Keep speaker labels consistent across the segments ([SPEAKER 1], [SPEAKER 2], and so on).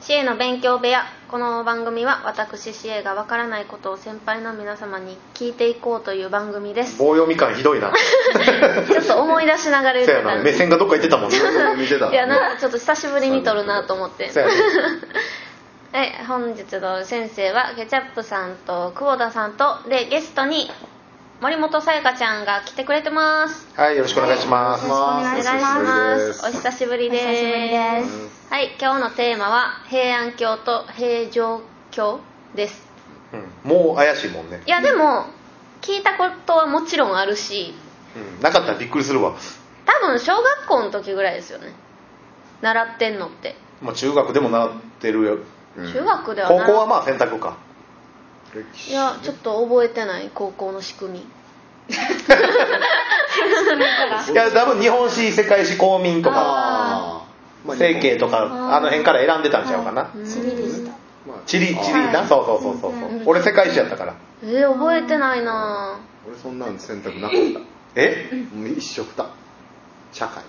[SPEAKER 1] シエの勉強部屋この番組は私シエがわからないことを先輩の皆様に聞いていこうという番組ですちょ
[SPEAKER 2] 棒読み感ひどいな
[SPEAKER 1] っと思い出しながら言っ
[SPEAKER 2] そ
[SPEAKER 1] て
[SPEAKER 2] や
[SPEAKER 1] た
[SPEAKER 2] なん目
[SPEAKER 1] で
[SPEAKER 2] 線がどっか行ってたもんね
[SPEAKER 3] 見て た
[SPEAKER 1] いやなんかちょっと久しぶりに撮るなと思って
[SPEAKER 2] そやな
[SPEAKER 1] はい本日の先生はケチャップさんと久保田さんとでゲストに森本さやかちゃんが来てくれてます
[SPEAKER 2] はいよろしくお願いします
[SPEAKER 3] は
[SPEAKER 1] お願い
[SPEAKER 3] よろし
[SPEAKER 1] し
[SPEAKER 3] くお願いし
[SPEAKER 1] ま
[SPEAKER 3] ますす
[SPEAKER 1] お久しぶりです
[SPEAKER 4] お久しぶりです
[SPEAKER 1] はい今日のテーマは平安京と平城京です
[SPEAKER 2] うんもう怪しいもんね
[SPEAKER 1] いやでも聞いたことはもちろんあるし
[SPEAKER 2] うんなかったらびっくりするわ
[SPEAKER 1] 多分小学校の時ぐらいですよね習ってんのって、
[SPEAKER 2] まあ中学でも習ってるよ
[SPEAKER 3] うん
[SPEAKER 1] 中学では
[SPEAKER 2] 高
[SPEAKER 1] な
[SPEAKER 2] 校はまあ選択か
[SPEAKER 3] 歴史
[SPEAKER 1] いやちょっと覚えてない高校の仕 組み
[SPEAKER 2] いや多分日本史世界史公民とか
[SPEAKER 3] あーまあ
[SPEAKER 2] 整形とか
[SPEAKER 4] あー
[SPEAKER 2] あの辺から選んでたんちゃうかな
[SPEAKER 1] うん
[SPEAKER 4] 地理でした
[SPEAKER 3] まあ
[SPEAKER 2] 地理
[SPEAKER 3] あー
[SPEAKER 2] 地理な
[SPEAKER 4] はい
[SPEAKER 2] そうそうそうそう
[SPEAKER 4] うん
[SPEAKER 2] 俺世界史やったから
[SPEAKER 1] えー、覚えてないなぁ
[SPEAKER 3] 俺そんなん選択なかった
[SPEAKER 2] え
[SPEAKER 3] もう一緒くた社会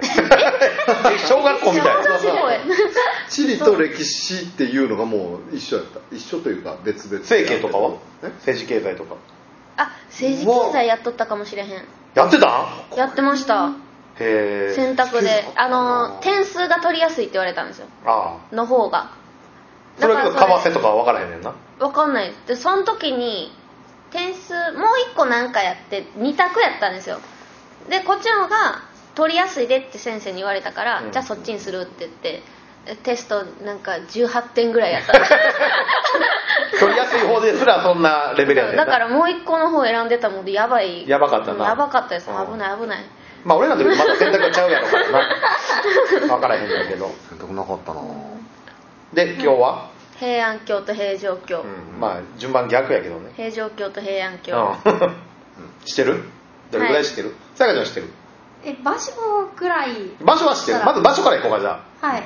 [SPEAKER 2] 小学校みたい
[SPEAKER 1] 小
[SPEAKER 2] な
[SPEAKER 1] 学校や
[SPEAKER 3] 地理と歴史っていうのがもう一緒やった一緒というか別々
[SPEAKER 2] 整形とかは
[SPEAKER 3] え
[SPEAKER 2] 政治経済とか
[SPEAKER 1] あ政治経済やっとったかもしれへん
[SPEAKER 2] やってたん
[SPEAKER 1] やってました
[SPEAKER 2] へえ
[SPEAKER 1] 選択であ
[SPEAKER 2] あ
[SPEAKER 1] の
[SPEAKER 2] ー
[SPEAKER 1] 点数が取りやすいって言われたんですよ
[SPEAKER 2] ああ
[SPEAKER 1] の方が
[SPEAKER 2] それはけど
[SPEAKER 1] だから
[SPEAKER 2] 為替とかは分からへんねんな
[SPEAKER 1] わかんないでその時に点数もう一個なんかやって2択やったんですよでこっちの方が取りやすいでって先生に言われたから、
[SPEAKER 2] うん
[SPEAKER 1] じゃあそっちにするって言ってえテストなんか18点ぐらい やったんですよ
[SPEAKER 2] 取りやすい方ですらそんなレベルやねんな
[SPEAKER 1] だからもう一個の方選んでたもんでやばい
[SPEAKER 2] やばかったな
[SPEAKER 1] やばかったです
[SPEAKER 2] う
[SPEAKER 1] 危
[SPEAKER 2] ん
[SPEAKER 1] ない危ない
[SPEAKER 2] まあ俺らの時まだ選択がちゃうやろか らな分からへんねんけど
[SPEAKER 3] 選択なかったな
[SPEAKER 2] で今日は、
[SPEAKER 1] 平安京と平城京、
[SPEAKER 2] うんまあ順番逆やけどね
[SPEAKER 1] 平城京と平安京、
[SPEAKER 2] うん してるどれぐらいしてるさやかちゃんしてる
[SPEAKER 4] え場所ぐらい
[SPEAKER 2] 場所は知ってるまず場所から行こうかじゃあ
[SPEAKER 4] はい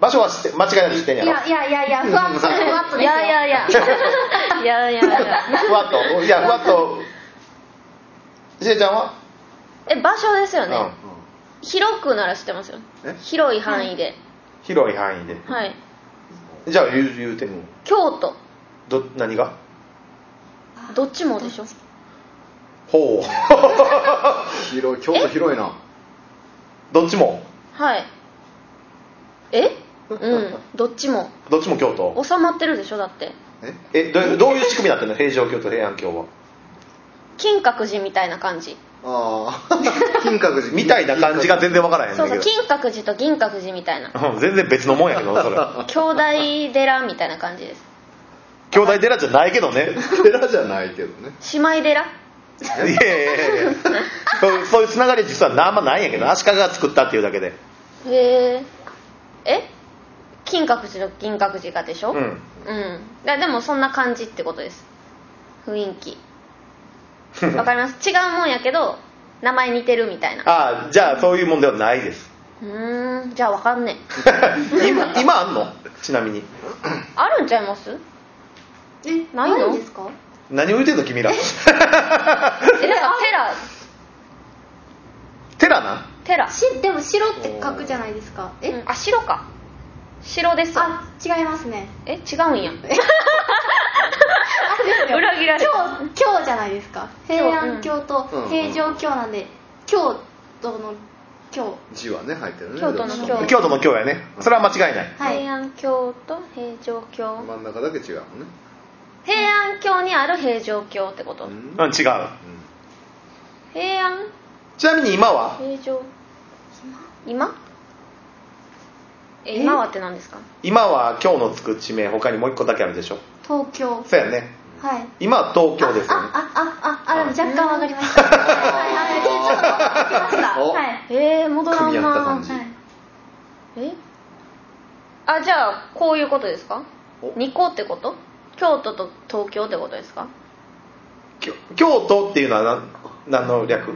[SPEAKER 2] 場所は知って間違いなく知ってん
[SPEAKER 4] い
[SPEAKER 2] やろ
[SPEAKER 4] やいやいや いやふわっとふわっと
[SPEAKER 1] い
[SPEAKER 4] ですよ
[SPEAKER 1] やいやいやい やいやいや
[SPEAKER 2] ふわっといやふわっ としえちゃんは、
[SPEAKER 1] え場所ですよ
[SPEAKER 2] う
[SPEAKER 1] ね、
[SPEAKER 2] ん、
[SPEAKER 1] 広くなら知ってますよ
[SPEAKER 3] え
[SPEAKER 1] 広い範囲で、
[SPEAKER 2] 広い範囲で
[SPEAKER 1] はい
[SPEAKER 2] じゃあ言う言うて
[SPEAKER 3] うん
[SPEAKER 1] 京都
[SPEAKER 2] ど何が
[SPEAKER 1] どっちもでしょ
[SPEAKER 2] ほう
[SPEAKER 3] 広い京都広いな
[SPEAKER 2] どっちも
[SPEAKER 1] はいえうんどっちも
[SPEAKER 2] どっちも京都
[SPEAKER 1] 収まってるでしょだって
[SPEAKER 3] え
[SPEAKER 2] えどうどういう仕組みになってんの平城京と平安 京は
[SPEAKER 1] 金閣寺みたいな感じ
[SPEAKER 3] ああ 金閣寺
[SPEAKER 2] みたいな感じが全然わからへんね
[SPEAKER 1] そ
[SPEAKER 2] ん
[SPEAKER 1] う
[SPEAKER 2] け
[SPEAKER 1] そう
[SPEAKER 2] ど
[SPEAKER 1] 金閣寺と銀閣寺みたいな
[SPEAKER 2] うん全然別のもんやけど それ
[SPEAKER 1] 兄弟寺みたいな感じです
[SPEAKER 2] 兄弟寺じゃないけど ね
[SPEAKER 3] 寺じゃないけどね
[SPEAKER 1] 姉妹寺
[SPEAKER 2] いやいやいやいやそうそういうつながり実はあんまないんやけど足利が作ったっていうだけで
[SPEAKER 1] へええ金閣寺と銀閣寺がでしょ
[SPEAKER 2] う、ん
[SPEAKER 1] うん、だでもそんな感じってことです雰囲気わかります違うもんやけど名前似てるみたいな
[SPEAKER 2] ああじゃあそういうもんではないです
[SPEAKER 1] うーんじゃあわかんねえ
[SPEAKER 2] 今今あんのちなみに
[SPEAKER 1] あるんちゃいます
[SPEAKER 4] え
[SPEAKER 1] ないの
[SPEAKER 4] あるんですか
[SPEAKER 2] 何を言うてん の君ら
[SPEAKER 1] えだから
[SPEAKER 2] 寺な
[SPEAKER 1] テラテラ
[SPEAKER 4] しでも白って書くじゃないですかえ、
[SPEAKER 1] うんあ白か白ですよ
[SPEAKER 4] あ違いますね
[SPEAKER 1] え 違うんや
[SPEAKER 4] あれですよ
[SPEAKER 1] 裏切られた
[SPEAKER 4] 今日今日じゃないですか平安京と
[SPEAKER 3] うん
[SPEAKER 4] 平城京なんで京都の京
[SPEAKER 3] 字はね入ってるね
[SPEAKER 1] 京都の京
[SPEAKER 3] どっちも
[SPEAKER 2] 京都の京やねそれは間違いない
[SPEAKER 4] はい
[SPEAKER 1] 平安京と平城京
[SPEAKER 3] 真ん中だけ違うもんね
[SPEAKER 1] 平安京にある平城京ってこと
[SPEAKER 3] うん
[SPEAKER 2] うん違うちな
[SPEAKER 3] うん
[SPEAKER 1] 平安
[SPEAKER 2] みに今は
[SPEAKER 1] 平城今え今はって何ですか
[SPEAKER 2] 今は今日のつく地名他にもう一個だけあるでしょ
[SPEAKER 4] 東京
[SPEAKER 2] そうやね
[SPEAKER 4] はい
[SPEAKER 2] 今は東京ですよね
[SPEAKER 4] ああああでも若干わかりましたはいはいちょっとわかり ました
[SPEAKER 3] お
[SPEAKER 4] はい
[SPEAKER 1] えー、戻らん
[SPEAKER 3] 組み合った
[SPEAKER 1] な
[SPEAKER 3] 感じ
[SPEAKER 4] はい
[SPEAKER 1] えあじゃあこういうことですか
[SPEAKER 3] お
[SPEAKER 1] 2個ってこと京都と東京ってことですか
[SPEAKER 2] きょ京都っていうのは何何の略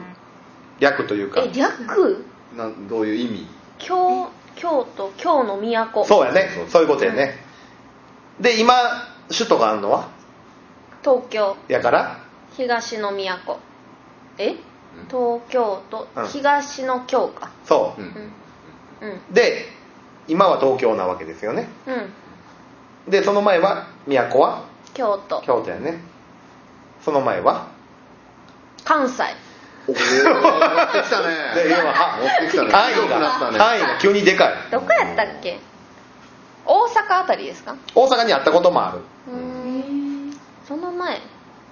[SPEAKER 2] 略というか
[SPEAKER 1] え略
[SPEAKER 3] なんどういう意味
[SPEAKER 1] 京京都京の都
[SPEAKER 2] そうやねそういうことやねで今首都があるのは
[SPEAKER 1] 東京
[SPEAKER 2] やから
[SPEAKER 1] 東の都え東京都、
[SPEAKER 2] うん
[SPEAKER 1] 東の京か
[SPEAKER 2] そうう、
[SPEAKER 3] ん
[SPEAKER 1] うんうん
[SPEAKER 2] で今は東京なわけですよね
[SPEAKER 1] うん
[SPEAKER 2] でその前は都は
[SPEAKER 1] 京都
[SPEAKER 2] 京都やねその前は
[SPEAKER 1] 関西
[SPEAKER 3] おー持ってき た
[SPEAKER 2] で
[SPEAKER 3] ね
[SPEAKER 2] 要は は
[SPEAKER 3] 持ってきたね
[SPEAKER 2] 範囲
[SPEAKER 3] 広くなった
[SPEAKER 2] が
[SPEAKER 3] ね
[SPEAKER 2] 範囲が急にでかい
[SPEAKER 1] どこやったっけ大阪あたりですか
[SPEAKER 2] 大阪にあったこともある
[SPEAKER 1] うーんその前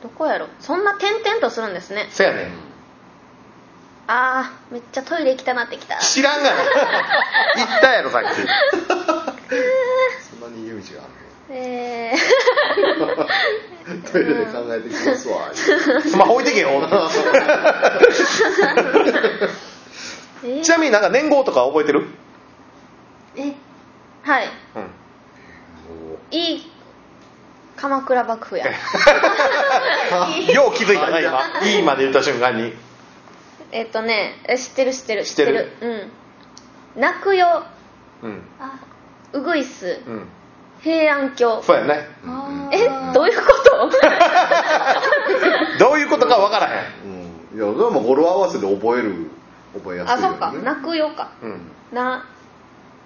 [SPEAKER 1] どこやろそんな点々とするんですね
[SPEAKER 2] そやね
[SPEAKER 1] あーめっちゃトイレ行きたなってきた
[SPEAKER 2] 知らんがな言ったやろさっき
[SPEAKER 3] そんなに逃げ道があるの
[SPEAKER 1] え
[SPEAKER 3] トイレで考えてきますわ。
[SPEAKER 2] スマホ置いてけよ
[SPEAKER 1] ーえー
[SPEAKER 2] ちなみになんか年号とか覚えてる
[SPEAKER 1] えはい
[SPEAKER 2] うん
[SPEAKER 1] いい鎌倉幕府や
[SPEAKER 2] よう気づいたな今「いい」まで言った瞬間に
[SPEAKER 1] えっとねえ知ってる知ってる
[SPEAKER 2] 知ってる
[SPEAKER 1] うん泣くよ
[SPEAKER 2] うん
[SPEAKER 4] あ
[SPEAKER 1] うぐいす
[SPEAKER 2] うん
[SPEAKER 1] 平安京
[SPEAKER 2] そうやね
[SPEAKER 4] あ
[SPEAKER 1] え
[SPEAKER 4] ー
[SPEAKER 1] どういうこと
[SPEAKER 2] どういうことかわからへん
[SPEAKER 3] うん。いや、でも語呂合わせで覚える、覚 えやす
[SPEAKER 1] あ
[SPEAKER 3] いよ
[SPEAKER 1] そうっか
[SPEAKER 3] にね。
[SPEAKER 1] 泣くよか
[SPEAKER 2] うん
[SPEAKER 1] な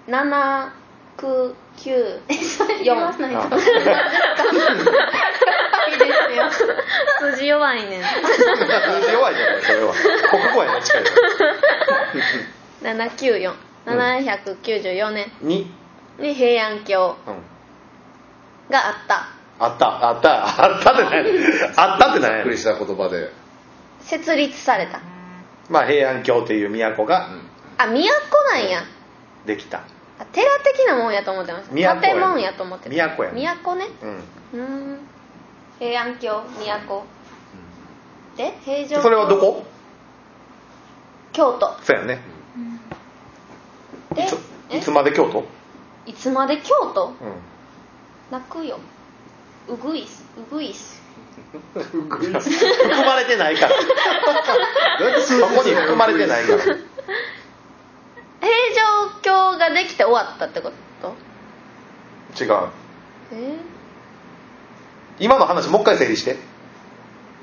[SPEAKER 1] 7九 九
[SPEAKER 4] 言 いますのに
[SPEAKER 2] あ
[SPEAKER 4] ですよ
[SPEAKER 1] 数字弱いねん
[SPEAKER 2] 弱いじゃないそれは国語やな近い
[SPEAKER 1] 794 794年
[SPEAKER 2] に、
[SPEAKER 1] に平安京
[SPEAKER 2] うん、
[SPEAKER 1] があった
[SPEAKER 2] あったあったあったってないあったって
[SPEAKER 3] びっ
[SPEAKER 2] な
[SPEAKER 3] くり
[SPEAKER 2] い
[SPEAKER 3] した言葉で。
[SPEAKER 1] 設立された
[SPEAKER 2] まあ平安京という都が
[SPEAKER 1] あ都なんや
[SPEAKER 2] できた
[SPEAKER 1] あ寺的なもんやと思ってま
[SPEAKER 2] 都や
[SPEAKER 1] した建物やと思ってた
[SPEAKER 2] 都や
[SPEAKER 1] 都ね
[SPEAKER 2] うん
[SPEAKER 1] うーん平安京都で平城
[SPEAKER 2] それはどこ
[SPEAKER 1] 京都
[SPEAKER 2] そうやね
[SPEAKER 1] で
[SPEAKER 2] いつ
[SPEAKER 1] え
[SPEAKER 2] いつまで京都
[SPEAKER 1] いつまで京都
[SPEAKER 2] うん
[SPEAKER 1] 泣くようぐいすうぐいす
[SPEAKER 2] 含まれてないからそこに含まれてないから
[SPEAKER 1] 平城京ができて終わったってこと
[SPEAKER 2] 違う
[SPEAKER 1] え
[SPEAKER 2] 今の話もう一回整理して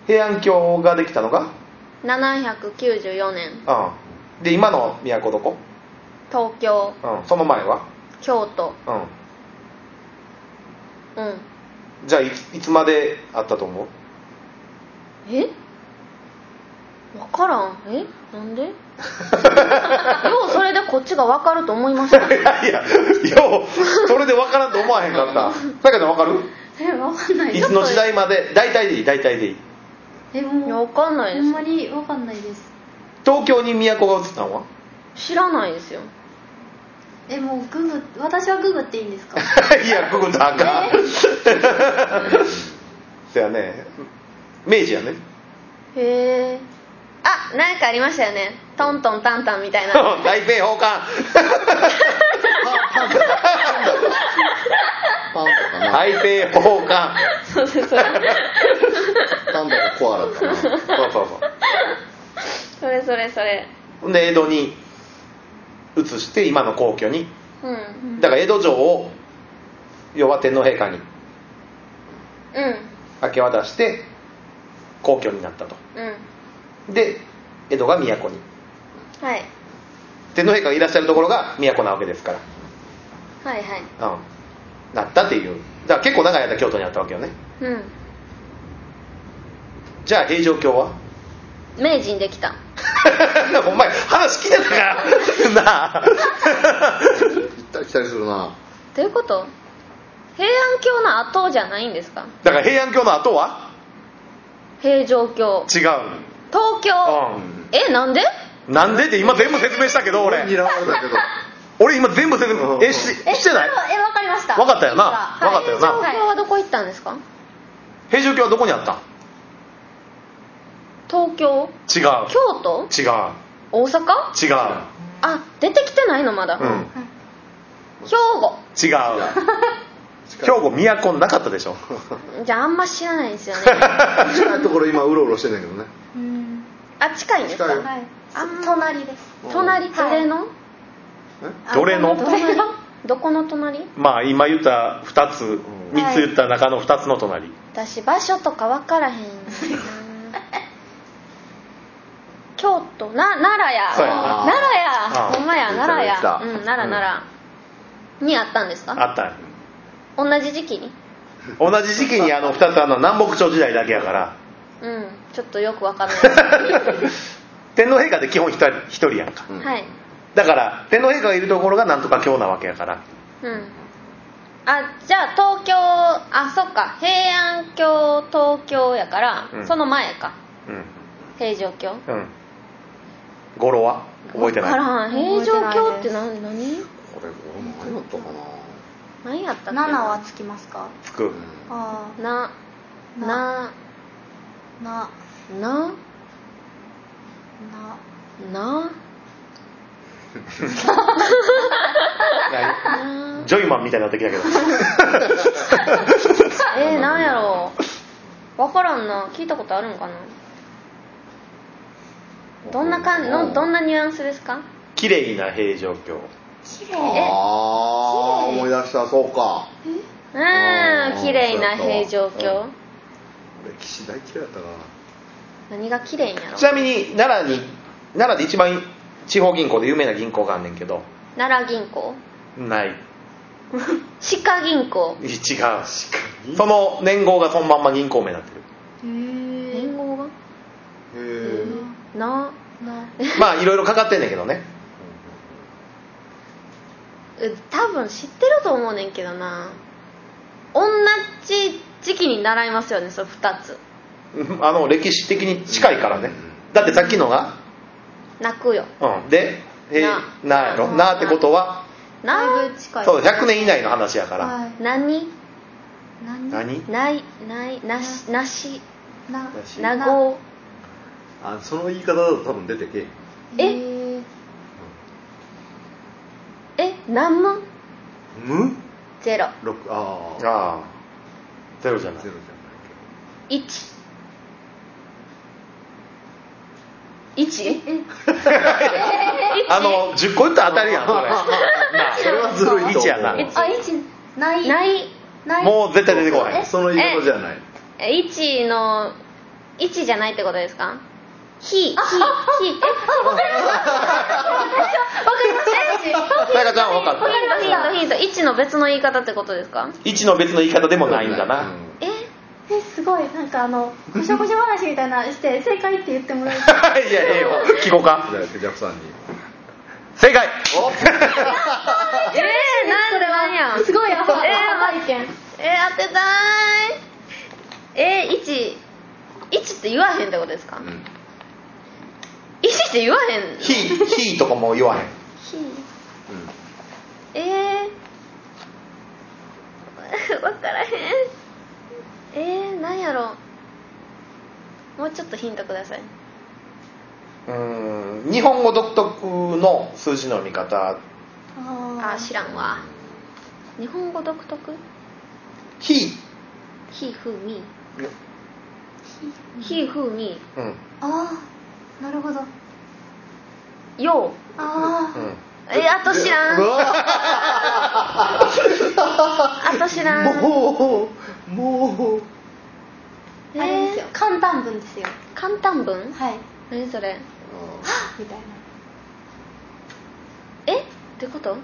[SPEAKER 2] 平安京ができたのが
[SPEAKER 1] 794年
[SPEAKER 2] うんで今の都どこ、
[SPEAKER 1] 東京
[SPEAKER 2] うん、その前は
[SPEAKER 1] 京都
[SPEAKER 2] うん
[SPEAKER 1] うん
[SPEAKER 2] じゃあいついつまであったと思う
[SPEAKER 1] え分からんえなん でようそれでこっちが分かると思いました
[SPEAKER 2] いやいやようそれで分からんと思わへんか っただけど分かる
[SPEAKER 4] えわかんない
[SPEAKER 2] い
[SPEAKER 4] です
[SPEAKER 2] つの時代まで大体でいい大体でいい
[SPEAKER 4] え
[SPEAKER 1] いや
[SPEAKER 4] もう
[SPEAKER 1] 分かんない
[SPEAKER 4] あ
[SPEAKER 1] で
[SPEAKER 4] んますりわかんないです
[SPEAKER 2] 東京に都が移ったのは
[SPEAKER 1] 知らないですよ
[SPEAKER 4] えもうググ私はググっていいんですか
[SPEAKER 2] いやここだか そやね明治や ね
[SPEAKER 1] へえあなんかありましたよねトントンタンタンみたいな
[SPEAKER 2] 台北奉還
[SPEAKER 3] パンダかな。
[SPEAKER 2] 台北奉還
[SPEAKER 1] そうですそれ
[SPEAKER 3] パンダかコアラかな。
[SPEAKER 2] そうそうそう
[SPEAKER 1] それそれそれ
[SPEAKER 2] ほんで江戸に移して今の皇居に
[SPEAKER 1] うん
[SPEAKER 2] だから江戸城を要は天皇陛下に
[SPEAKER 1] うん
[SPEAKER 2] 明け渡して皇居になったと
[SPEAKER 1] うん
[SPEAKER 2] で江戸が都に
[SPEAKER 1] はい
[SPEAKER 2] 天皇陛下がいらっしゃるところが都なわけですか
[SPEAKER 1] はいはい
[SPEAKER 2] らうんなったっていうだから結構長い間京都にあったわけよね
[SPEAKER 1] うん
[SPEAKER 2] じゃあ平城京は
[SPEAKER 1] 明治にできた
[SPEAKER 2] お前話聞いてたからなあ
[SPEAKER 3] 行ったり来たりするな。
[SPEAKER 1] どういうこと平安京の後じゃないんですか
[SPEAKER 2] だから平安京の後は
[SPEAKER 1] 平城京
[SPEAKER 2] 違
[SPEAKER 1] 東京、
[SPEAKER 2] う
[SPEAKER 1] えなんで
[SPEAKER 2] うんなんでって今全部説明したけど俺
[SPEAKER 3] 嫌われた けど。
[SPEAKER 2] 俺今全部説明えし
[SPEAKER 4] え
[SPEAKER 2] してない
[SPEAKER 4] えわかりました
[SPEAKER 2] 分かったよな
[SPEAKER 4] はい
[SPEAKER 2] 分かったよな
[SPEAKER 1] 東京はどこ行ったんですか
[SPEAKER 2] 平城京はどこにあったん
[SPEAKER 1] 東京
[SPEAKER 2] 違う
[SPEAKER 1] 京都
[SPEAKER 2] 違う
[SPEAKER 1] 大阪
[SPEAKER 2] 違う
[SPEAKER 1] あ出てきてないのまだ、
[SPEAKER 2] うん
[SPEAKER 1] 兵庫
[SPEAKER 2] 違う兵庫都なかったでしょ
[SPEAKER 1] じゃああんま知らないんですよ ね
[SPEAKER 3] 近いところ今うろうろしてんだけどね。
[SPEAKER 4] うん
[SPEAKER 1] あ近いんですか
[SPEAKER 3] 近いよ
[SPEAKER 4] はい
[SPEAKER 1] あんま
[SPEAKER 4] 隣です
[SPEAKER 1] 隣
[SPEAKER 4] はい
[SPEAKER 1] どれの、
[SPEAKER 4] あ
[SPEAKER 2] どれの
[SPEAKER 4] どれの
[SPEAKER 1] どこの隣
[SPEAKER 2] まあ今言った2つ3つ言った中の2つの隣
[SPEAKER 1] 私場所とか分からへん な京都な奈良や
[SPEAKER 2] そうやな
[SPEAKER 1] 奈良や
[SPEAKER 2] ああ
[SPEAKER 1] ほんまや
[SPEAKER 3] いただい
[SPEAKER 1] 奈良や
[SPEAKER 3] た
[SPEAKER 1] うん奈良奈にあったんですか
[SPEAKER 2] あったんや
[SPEAKER 1] 同じ時期に
[SPEAKER 2] 同じ時期にあの2つあの南北朝時代だけやから
[SPEAKER 1] うんちょっとよくわかんない
[SPEAKER 2] 天皇陛下って基本一人一人やんか
[SPEAKER 3] うん
[SPEAKER 1] はい
[SPEAKER 2] だから天皇陛下がいるところがなんとか今日なわけやから
[SPEAKER 1] うんあじゃあ東京あそっか平安京東京やから、
[SPEAKER 2] うん
[SPEAKER 1] その前か
[SPEAKER 2] うん
[SPEAKER 1] 平城京
[SPEAKER 2] うん語呂は覚えて
[SPEAKER 1] わか
[SPEAKER 2] ない
[SPEAKER 1] らん平城京って何何
[SPEAKER 3] これ俺も何やった
[SPEAKER 1] 何やったっけ
[SPEAKER 3] かな
[SPEAKER 4] 七はつきますか
[SPEAKER 2] つく
[SPEAKER 4] あ
[SPEAKER 1] な
[SPEAKER 4] な
[SPEAKER 1] な
[SPEAKER 4] あな
[SPEAKER 1] な
[SPEAKER 4] な
[SPEAKER 1] な
[SPEAKER 2] 何ジョイマンみたいになってきたけど
[SPEAKER 1] えー、 なんやろう分からんな聞いたことあるんかなどんな感じのどん
[SPEAKER 3] な
[SPEAKER 1] なニュアンスですか
[SPEAKER 2] 綺麗な平城京
[SPEAKER 4] 綺麗
[SPEAKER 3] ああ思い出したそうか
[SPEAKER 1] う
[SPEAKER 3] あ
[SPEAKER 1] ー
[SPEAKER 3] ー
[SPEAKER 1] ん綺麗な平城
[SPEAKER 3] う
[SPEAKER 1] 京
[SPEAKER 3] ん歴史大嫌いだったかな
[SPEAKER 1] 何が綺麗んやろ
[SPEAKER 2] ちなみに奈良に奈良で一番地方銀行で有名な銀行があんねんけど
[SPEAKER 1] 奈良銀行
[SPEAKER 2] ない
[SPEAKER 1] 鹿銀行
[SPEAKER 2] 違うその年号がそのまんま銀行名にな ってる
[SPEAKER 4] へ
[SPEAKER 1] 年
[SPEAKER 4] え
[SPEAKER 1] 号が
[SPEAKER 3] へえ
[SPEAKER 1] な
[SPEAKER 4] な
[SPEAKER 2] まあいろいろかかってんねんけどね
[SPEAKER 1] え多分知ってると思うねんけどな同じ時期に習いますよねそれ2つ
[SPEAKER 2] うんあの歴史的に近いからねだってさっきのが
[SPEAKER 1] 泣くよ
[SPEAKER 2] うんでえーなやろなってことは
[SPEAKER 1] な
[SPEAKER 4] だいぶ近い
[SPEAKER 2] そう100年以内の話やから、
[SPEAKER 4] はい
[SPEAKER 1] 何
[SPEAKER 4] 何
[SPEAKER 2] 何
[SPEAKER 1] ないないなしなし
[SPEAKER 4] な
[SPEAKER 2] し
[SPEAKER 1] な
[SPEAKER 4] な
[SPEAKER 1] ご
[SPEAKER 3] あその言い方だと多分出てけえへん
[SPEAKER 4] え
[SPEAKER 1] えナム
[SPEAKER 3] む
[SPEAKER 1] ゼロ
[SPEAKER 3] 六ああ
[SPEAKER 2] ああゼロじゃない
[SPEAKER 3] ゼロじ
[SPEAKER 1] 一一え
[SPEAKER 2] あの10個言ったら当たりやんそれなあ
[SPEAKER 3] それはずるいと思う
[SPEAKER 2] 一やな
[SPEAKER 3] 一
[SPEAKER 4] あ一ない
[SPEAKER 1] ない
[SPEAKER 4] ない
[SPEAKER 2] もう絶対出てこな
[SPEAKER 3] ゃない
[SPEAKER 2] い
[SPEAKER 3] その言い方じゃない
[SPEAKER 1] え一の一じゃないってことですかひひひえわかりましたわかりました
[SPEAKER 2] さやかちゃんは分かっ
[SPEAKER 1] ヒントヒントヒント一の別の言い方ってことですか
[SPEAKER 2] た1の別の言い方でもないんだな、
[SPEAKER 3] うん
[SPEAKER 1] え
[SPEAKER 4] えすごいなんかあのこしょこしょ話みたいなのして正解って言っても らえる
[SPEAKER 2] いやええよ聞こうか
[SPEAKER 3] じゃあジャクさんに
[SPEAKER 2] 正解
[SPEAKER 1] えー、なんでなんや
[SPEAKER 4] すごいアホ
[SPEAKER 1] えー
[SPEAKER 4] アホ体験
[SPEAKER 1] えー、当てたーいえー、一一って言わへんってことですか
[SPEAKER 3] うん
[SPEAKER 1] 一って言わへん
[SPEAKER 2] 「ひ」「ひ」とかも言わへん
[SPEAKER 1] ひえ ー、分からへんえー、なんやろもうちょっとヒントくださいう
[SPEAKER 2] ーん日本語独特の数字の見方
[SPEAKER 4] あ
[SPEAKER 1] あー知らんわ日本語独特
[SPEAKER 2] 「ひ
[SPEAKER 1] ひふみ」ひふみ
[SPEAKER 2] うん
[SPEAKER 4] あーなるほど
[SPEAKER 1] よう
[SPEAKER 4] あ
[SPEAKER 2] うん
[SPEAKER 1] えー、あと知らん あと知らん
[SPEAKER 3] もうもう
[SPEAKER 1] え
[SPEAKER 4] ーあれですよ
[SPEAKER 1] ー、
[SPEAKER 4] 簡単文ですよ
[SPEAKER 1] 簡単文
[SPEAKER 4] はい
[SPEAKER 1] 何それ
[SPEAKER 4] みたいな
[SPEAKER 1] えってことは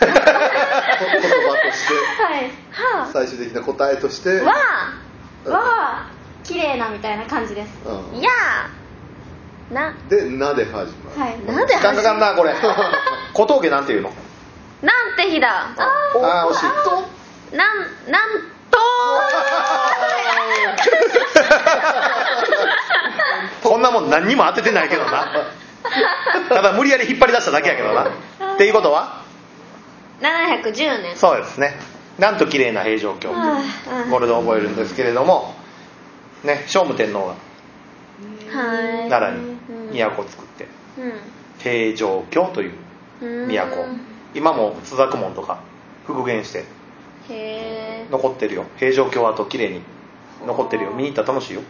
[SPEAKER 3] 言葉として
[SPEAKER 4] はい
[SPEAKER 1] あ
[SPEAKER 3] 最終的な答えとして
[SPEAKER 1] わ
[SPEAKER 4] は綺麗なみたいな感じです
[SPEAKER 1] あ
[SPEAKER 3] うん
[SPEAKER 1] やあな
[SPEAKER 3] で「な」で始まる
[SPEAKER 4] はい
[SPEAKER 1] なんで
[SPEAKER 2] 時間かかるなこれ小峠なんていうの
[SPEAKER 1] なんて日だ
[SPEAKER 2] ああ惜しい
[SPEAKER 1] なんなんと
[SPEAKER 2] こんなもん何にも当ててないけどなただ無理やり引っ張り出しただけやけどなっていうことは
[SPEAKER 1] 710年
[SPEAKER 2] そうですねなんと綺麗な平城京
[SPEAKER 1] はい
[SPEAKER 2] これで覚えるんですけれどもね聖武天皇が
[SPEAKER 1] はい
[SPEAKER 2] 奈良
[SPEAKER 1] うん
[SPEAKER 2] に都を作って
[SPEAKER 1] う
[SPEAKER 2] 平城京というん都今も朱雀門とか復元して
[SPEAKER 1] へえ
[SPEAKER 2] 残ってるよ平城京跡綺麗に残ってるよ見に行ったら楽しいよ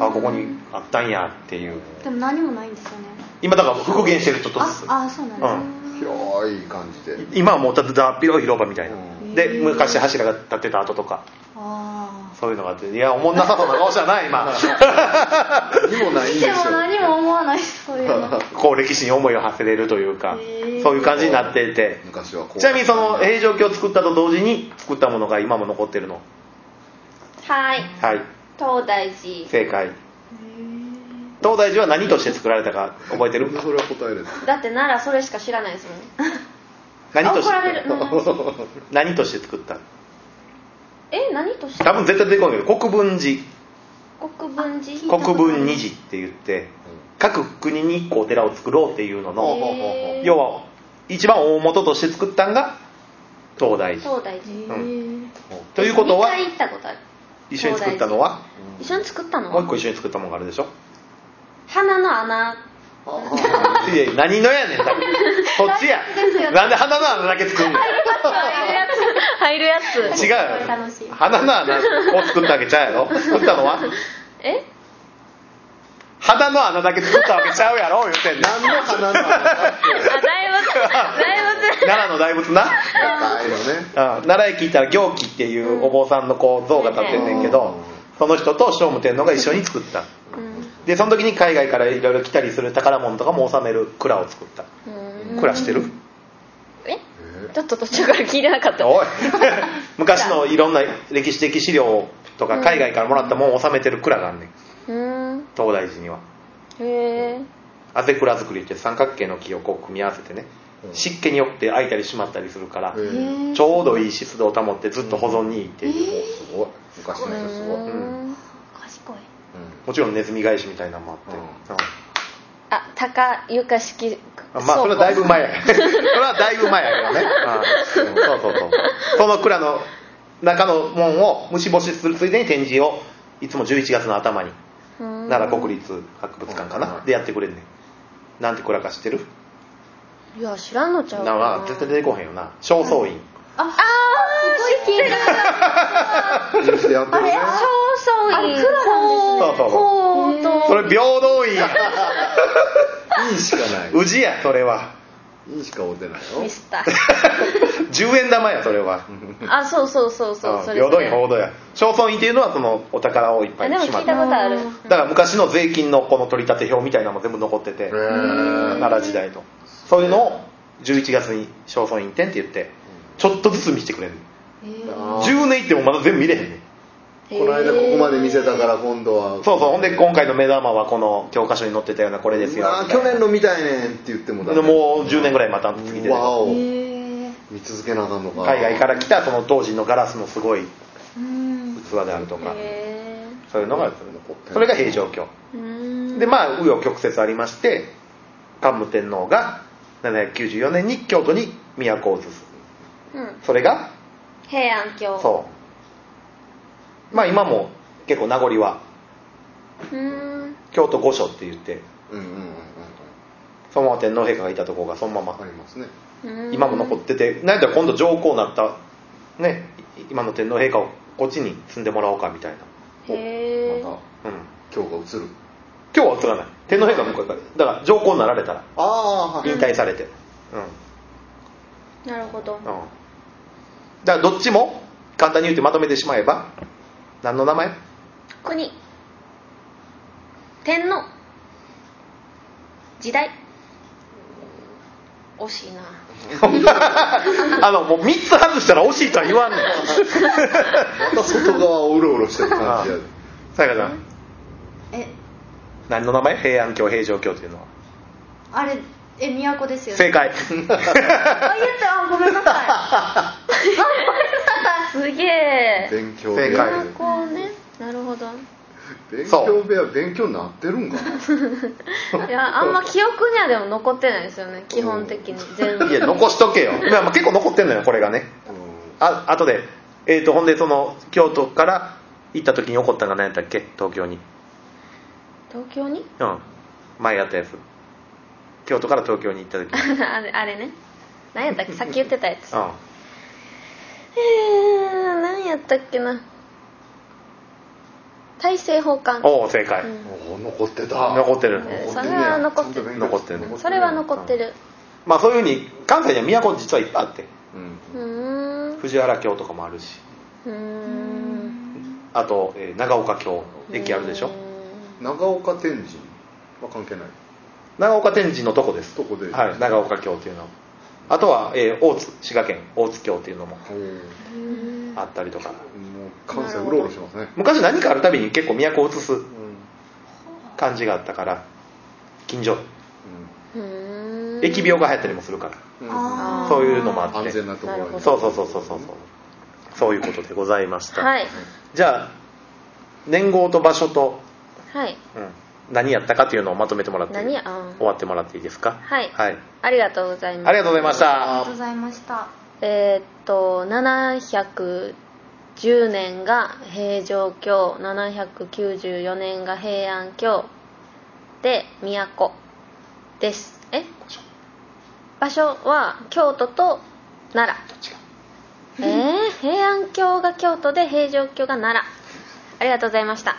[SPEAKER 2] あここにあったんやっていう
[SPEAKER 4] でも何もないんですよね
[SPEAKER 2] 今だから復元してるちょっとず
[SPEAKER 4] あ
[SPEAKER 2] つ
[SPEAKER 4] あそうなんですね
[SPEAKER 2] う
[SPEAKER 3] 広い感じで
[SPEAKER 2] 今はもうただ広い広場みたいな
[SPEAKER 4] へ
[SPEAKER 2] で昔柱が立ってた跡とか
[SPEAKER 4] あ
[SPEAKER 2] そういうのがあっていやおもんなさそうな顔したな今
[SPEAKER 3] にもないん
[SPEAKER 4] ー
[SPEAKER 3] で
[SPEAKER 4] です
[SPEAKER 3] よ
[SPEAKER 4] も何も思わないそういうの
[SPEAKER 2] こう歴史に思いを馳せれるというか
[SPEAKER 4] へー
[SPEAKER 2] そういう感じになっていて
[SPEAKER 3] 昔はこう
[SPEAKER 2] ちなみにその平城京を作ったと同時に作ったものが今も残ってるの
[SPEAKER 1] はい
[SPEAKER 2] はい
[SPEAKER 1] 東大寺
[SPEAKER 2] 正解東大寺は何として作られたか覚えてる
[SPEAKER 3] それは答えれない
[SPEAKER 1] だって奈良それしか知らないですもんね
[SPEAKER 2] 何と
[SPEAKER 1] あ怒
[SPEAKER 2] し
[SPEAKER 1] られ
[SPEAKER 2] て
[SPEAKER 1] る、うん
[SPEAKER 2] 何として作った
[SPEAKER 1] え何として
[SPEAKER 2] 多分絶対出てこないけど国分寺
[SPEAKER 1] 国分寺
[SPEAKER 4] 聞いたこと
[SPEAKER 2] 国
[SPEAKER 4] ない
[SPEAKER 2] 分二寺って言って各国に1個お寺を作ろうっていうの
[SPEAKER 1] へ
[SPEAKER 2] の
[SPEAKER 1] ー
[SPEAKER 2] 要は一番大元として作ったんが東大寺
[SPEAKER 1] 東大寺
[SPEAKER 4] へー
[SPEAKER 2] ということは
[SPEAKER 1] 2回行ったことある
[SPEAKER 2] 一緒に作ったのは
[SPEAKER 1] 一緒に作ったの
[SPEAKER 2] もう一個一緒に作ったもんがあるでしょ
[SPEAKER 1] 鼻の穴
[SPEAKER 2] いや何のやねん多 分そっちやなんで鼻の穴だけ作んの
[SPEAKER 1] 入るやつ入るやつ
[SPEAKER 2] 違うよ
[SPEAKER 4] 楽しい
[SPEAKER 2] 鼻の穴を作ったわけちゃうやろ作ったのは
[SPEAKER 1] え
[SPEAKER 2] 鼻の穴だけ作ったわけちゃうやろ言ってんねん
[SPEAKER 3] 何の花なのか
[SPEAKER 1] あだいぶだいぶ
[SPEAKER 2] 奈良の大仏な
[SPEAKER 3] 高いのね
[SPEAKER 2] あ奈良駅行ったら行基っていうお坊さんのこう像が立ってんねんけど、
[SPEAKER 3] うん
[SPEAKER 2] その人と聖武天皇が一緒に作ったでその時に海外からいろいろ来たりする宝物とかも収める蔵を作った
[SPEAKER 1] うん
[SPEAKER 2] 蔵してる、
[SPEAKER 1] え
[SPEAKER 3] え
[SPEAKER 1] ちょっと途中から聞いてなかった
[SPEAKER 2] おい昔のいろんな歴史的資料とか海外からもらったもんを収めてる蔵があんねん
[SPEAKER 1] うん
[SPEAKER 2] 東大寺には
[SPEAKER 1] へえ
[SPEAKER 2] あぜ蔵作りって三角形の木をこう組み合わせてね
[SPEAKER 3] うん
[SPEAKER 2] 湿気によって開いたり閉まったりするから、
[SPEAKER 3] へー
[SPEAKER 4] へー
[SPEAKER 2] ちょうどいい湿度を保ってずっと保存にいいっていう、
[SPEAKER 3] すごい昔の人すごい、うん
[SPEAKER 1] うん
[SPEAKER 4] 賢い
[SPEAKER 2] もちろんネズミ返しみたいなのもあって、
[SPEAKER 3] うん
[SPEAKER 2] う
[SPEAKER 1] あ高床式
[SPEAKER 2] んまあそれはだいぶ前 やそれはだいぶ前やけどね、うんそうそうそうその蔵の中の門を虫干しするついでに展示をいつも11月の頭に
[SPEAKER 1] な
[SPEAKER 2] 奈良国立博物館かな、
[SPEAKER 3] うん
[SPEAKER 2] でやってくれんねんなんて蔵か知ってる
[SPEAKER 1] いや知らんのちゃう
[SPEAKER 2] なまあ絶対出てこへんよな正倉院、
[SPEAKER 1] ああー知ってる
[SPEAKER 3] いい人やってるね
[SPEAKER 1] 正倉院
[SPEAKER 2] あ蔵なんですね
[SPEAKER 1] 高等
[SPEAKER 2] それ平等院
[SPEAKER 3] いいしかな
[SPEAKER 2] 宇治やそれはい
[SPEAKER 3] いいしかおてないよ
[SPEAKER 1] ミスター
[SPEAKER 2] 10円玉やそれは
[SPEAKER 1] あそうそうそうそう
[SPEAKER 2] うん
[SPEAKER 1] それ
[SPEAKER 2] 平等院報道や正倉院っていうのはそのお宝をいっぱ
[SPEAKER 1] あ
[SPEAKER 2] い
[SPEAKER 1] でも聞
[SPEAKER 2] し
[SPEAKER 1] い
[SPEAKER 2] ま
[SPEAKER 1] た
[SPEAKER 2] っ
[SPEAKER 1] こ
[SPEAKER 2] て
[SPEAKER 1] とある
[SPEAKER 2] だから昔の税金のこの取り立て表みたいなのも全部残ってて
[SPEAKER 3] へー
[SPEAKER 2] 奈良時代のそういうのを11月に正倉院展って言ってちょっとずつ見せてくれる
[SPEAKER 3] あー
[SPEAKER 2] 10年いってもまだ全部見れへんねん
[SPEAKER 3] この間ここまで見せたから今度は
[SPEAKER 2] そうそうほんで今回の目玉はこの教科書に載ってたようなこれですよ
[SPEAKER 3] あ去年の見たいねんって言っても
[SPEAKER 2] でもう10年ぐらいまた次出て
[SPEAKER 3] わお
[SPEAKER 4] へえ
[SPEAKER 3] 見続けなあかんのか
[SPEAKER 2] 海外から来たその当時のガラスのすごい
[SPEAKER 4] うん
[SPEAKER 2] 器であるとか
[SPEAKER 1] へ
[SPEAKER 2] そういうのがそれが平城京
[SPEAKER 1] ーうん
[SPEAKER 2] でまあ紆余曲折ありまして桓武天皇が794年に京都に都を移す
[SPEAKER 1] うん
[SPEAKER 2] それが
[SPEAKER 1] 平安京
[SPEAKER 2] そうまあ今も結構名残は
[SPEAKER 1] ううん
[SPEAKER 2] 京都御所って言って
[SPEAKER 3] うんうんうんうん
[SPEAKER 2] そのまま天皇陛下がいたところがそのま
[SPEAKER 3] あ
[SPEAKER 2] ま
[SPEAKER 3] りますね
[SPEAKER 1] うん
[SPEAKER 2] 今も残っててなんやったら今度上皇になったねい今の天皇陛下をこっちに住んでもらおうかみたい
[SPEAKER 1] へえ
[SPEAKER 3] また
[SPEAKER 2] なうん
[SPEAKER 3] 今日が映る
[SPEAKER 2] 今日は映らない天皇陛下向こうからだから上皇になられたら
[SPEAKER 3] ああはい
[SPEAKER 2] 引退されてうん
[SPEAKER 1] なるほど
[SPEAKER 2] うんだからどっちも簡単に言ってまとめてしまえば何の名前
[SPEAKER 1] 国天皇時代惜しい な
[SPEAKER 2] あのもう3つ外したら惜しいとは言わんの
[SPEAKER 3] また外側をうろうろしてる感じやで
[SPEAKER 2] さやかちゃん
[SPEAKER 4] え
[SPEAKER 2] 何の名前平安京平城京っていうのは
[SPEAKER 4] あれえ都ですよね
[SPEAKER 2] 正解
[SPEAKER 4] あ言ったあごめんなさい
[SPEAKER 1] すげえ
[SPEAKER 3] 勉強部屋
[SPEAKER 2] 正解
[SPEAKER 3] で
[SPEAKER 1] こうねなるほど
[SPEAKER 3] 勉
[SPEAKER 2] そう
[SPEAKER 3] 強部屋勉強になってるんかない
[SPEAKER 1] やあんま記憶にはでも残ってないですよね基本的に全部
[SPEAKER 2] いや残しとけよいやまあ結構残ってんのよこれがね
[SPEAKER 3] うん
[SPEAKER 2] ああとでえっ、とほんでその京都から行った時に起こったのが何やったっけ東京に
[SPEAKER 1] 東京に
[SPEAKER 2] うん前やったやつ京都から東京に行った時 に
[SPEAKER 1] あれあれね何やったっけさっき言ってたやつ
[SPEAKER 2] うん
[SPEAKER 1] えー、何やったっけな大政奉還
[SPEAKER 2] おお正解、
[SPEAKER 1] うん
[SPEAKER 3] お残ってた
[SPEAKER 2] 残ってる
[SPEAKER 1] えー
[SPEAKER 3] 残
[SPEAKER 1] そ
[SPEAKER 3] ってんねや
[SPEAKER 1] れは残って
[SPEAKER 3] ちゃんと
[SPEAKER 1] る
[SPEAKER 3] 勉強
[SPEAKER 2] 残ってる
[SPEAKER 1] それは残ってる
[SPEAKER 2] まあそういうふうに関西には都実はいっぱいあって
[SPEAKER 3] うん
[SPEAKER 1] うーん
[SPEAKER 2] 藤原京とかもあるし
[SPEAKER 1] うーん
[SPEAKER 2] あと、えー長岡京駅あるでしょ
[SPEAKER 3] 長岡天神は関係ない
[SPEAKER 2] 長岡天神のとこです
[SPEAKER 3] とこで、
[SPEAKER 2] はい、長岡京っていうのはあとは、えー大津滋賀県大津京っていうのも
[SPEAKER 3] おー
[SPEAKER 1] うーん
[SPEAKER 2] あったりとか
[SPEAKER 3] もう関西うろうろしてますね、
[SPEAKER 2] 昔何かあるたびに結構都を移す
[SPEAKER 3] うんうん
[SPEAKER 2] 感じがあったから近所
[SPEAKER 1] うーん
[SPEAKER 2] 疫病が流行ったりもするか
[SPEAKER 3] うん
[SPEAKER 2] ら
[SPEAKER 4] あー
[SPEAKER 2] そういうのもあって
[SPEAKER 3] 安全なところ
[SPEAKER 1] なるほ
[SPEAKER 3] に
[SPEAKER 1] ど
[SPEAKER 2] そうそうそうそうそうそういうことでございました、
[SPEAKER 1] はい
[SPEAKER 2] じゃあ年号と場所と、
[SPEAKER 1] はい
[SPEAKER 2] うん何やったかというのをまとめてもらって
[SPEAKER 1] 何やあん
[SPEAKER 2] 終わってもらっていいですか
[SPEAKER 1] はい
[SPEAKER 2] はい、
[SPEAKER 1] ありがとうございます
[SPEAKER 2] ありがとうございまし
[SPEAKER 4] ありが
[SPEAKER 2] た
[SPEAKER 4] とうございました
[SPEAKER 1] えーっと710年が平城京794年が平安京で都ですえ場所は京都と奈良えー、平安京が京都で平城京が奈良ありがとうございました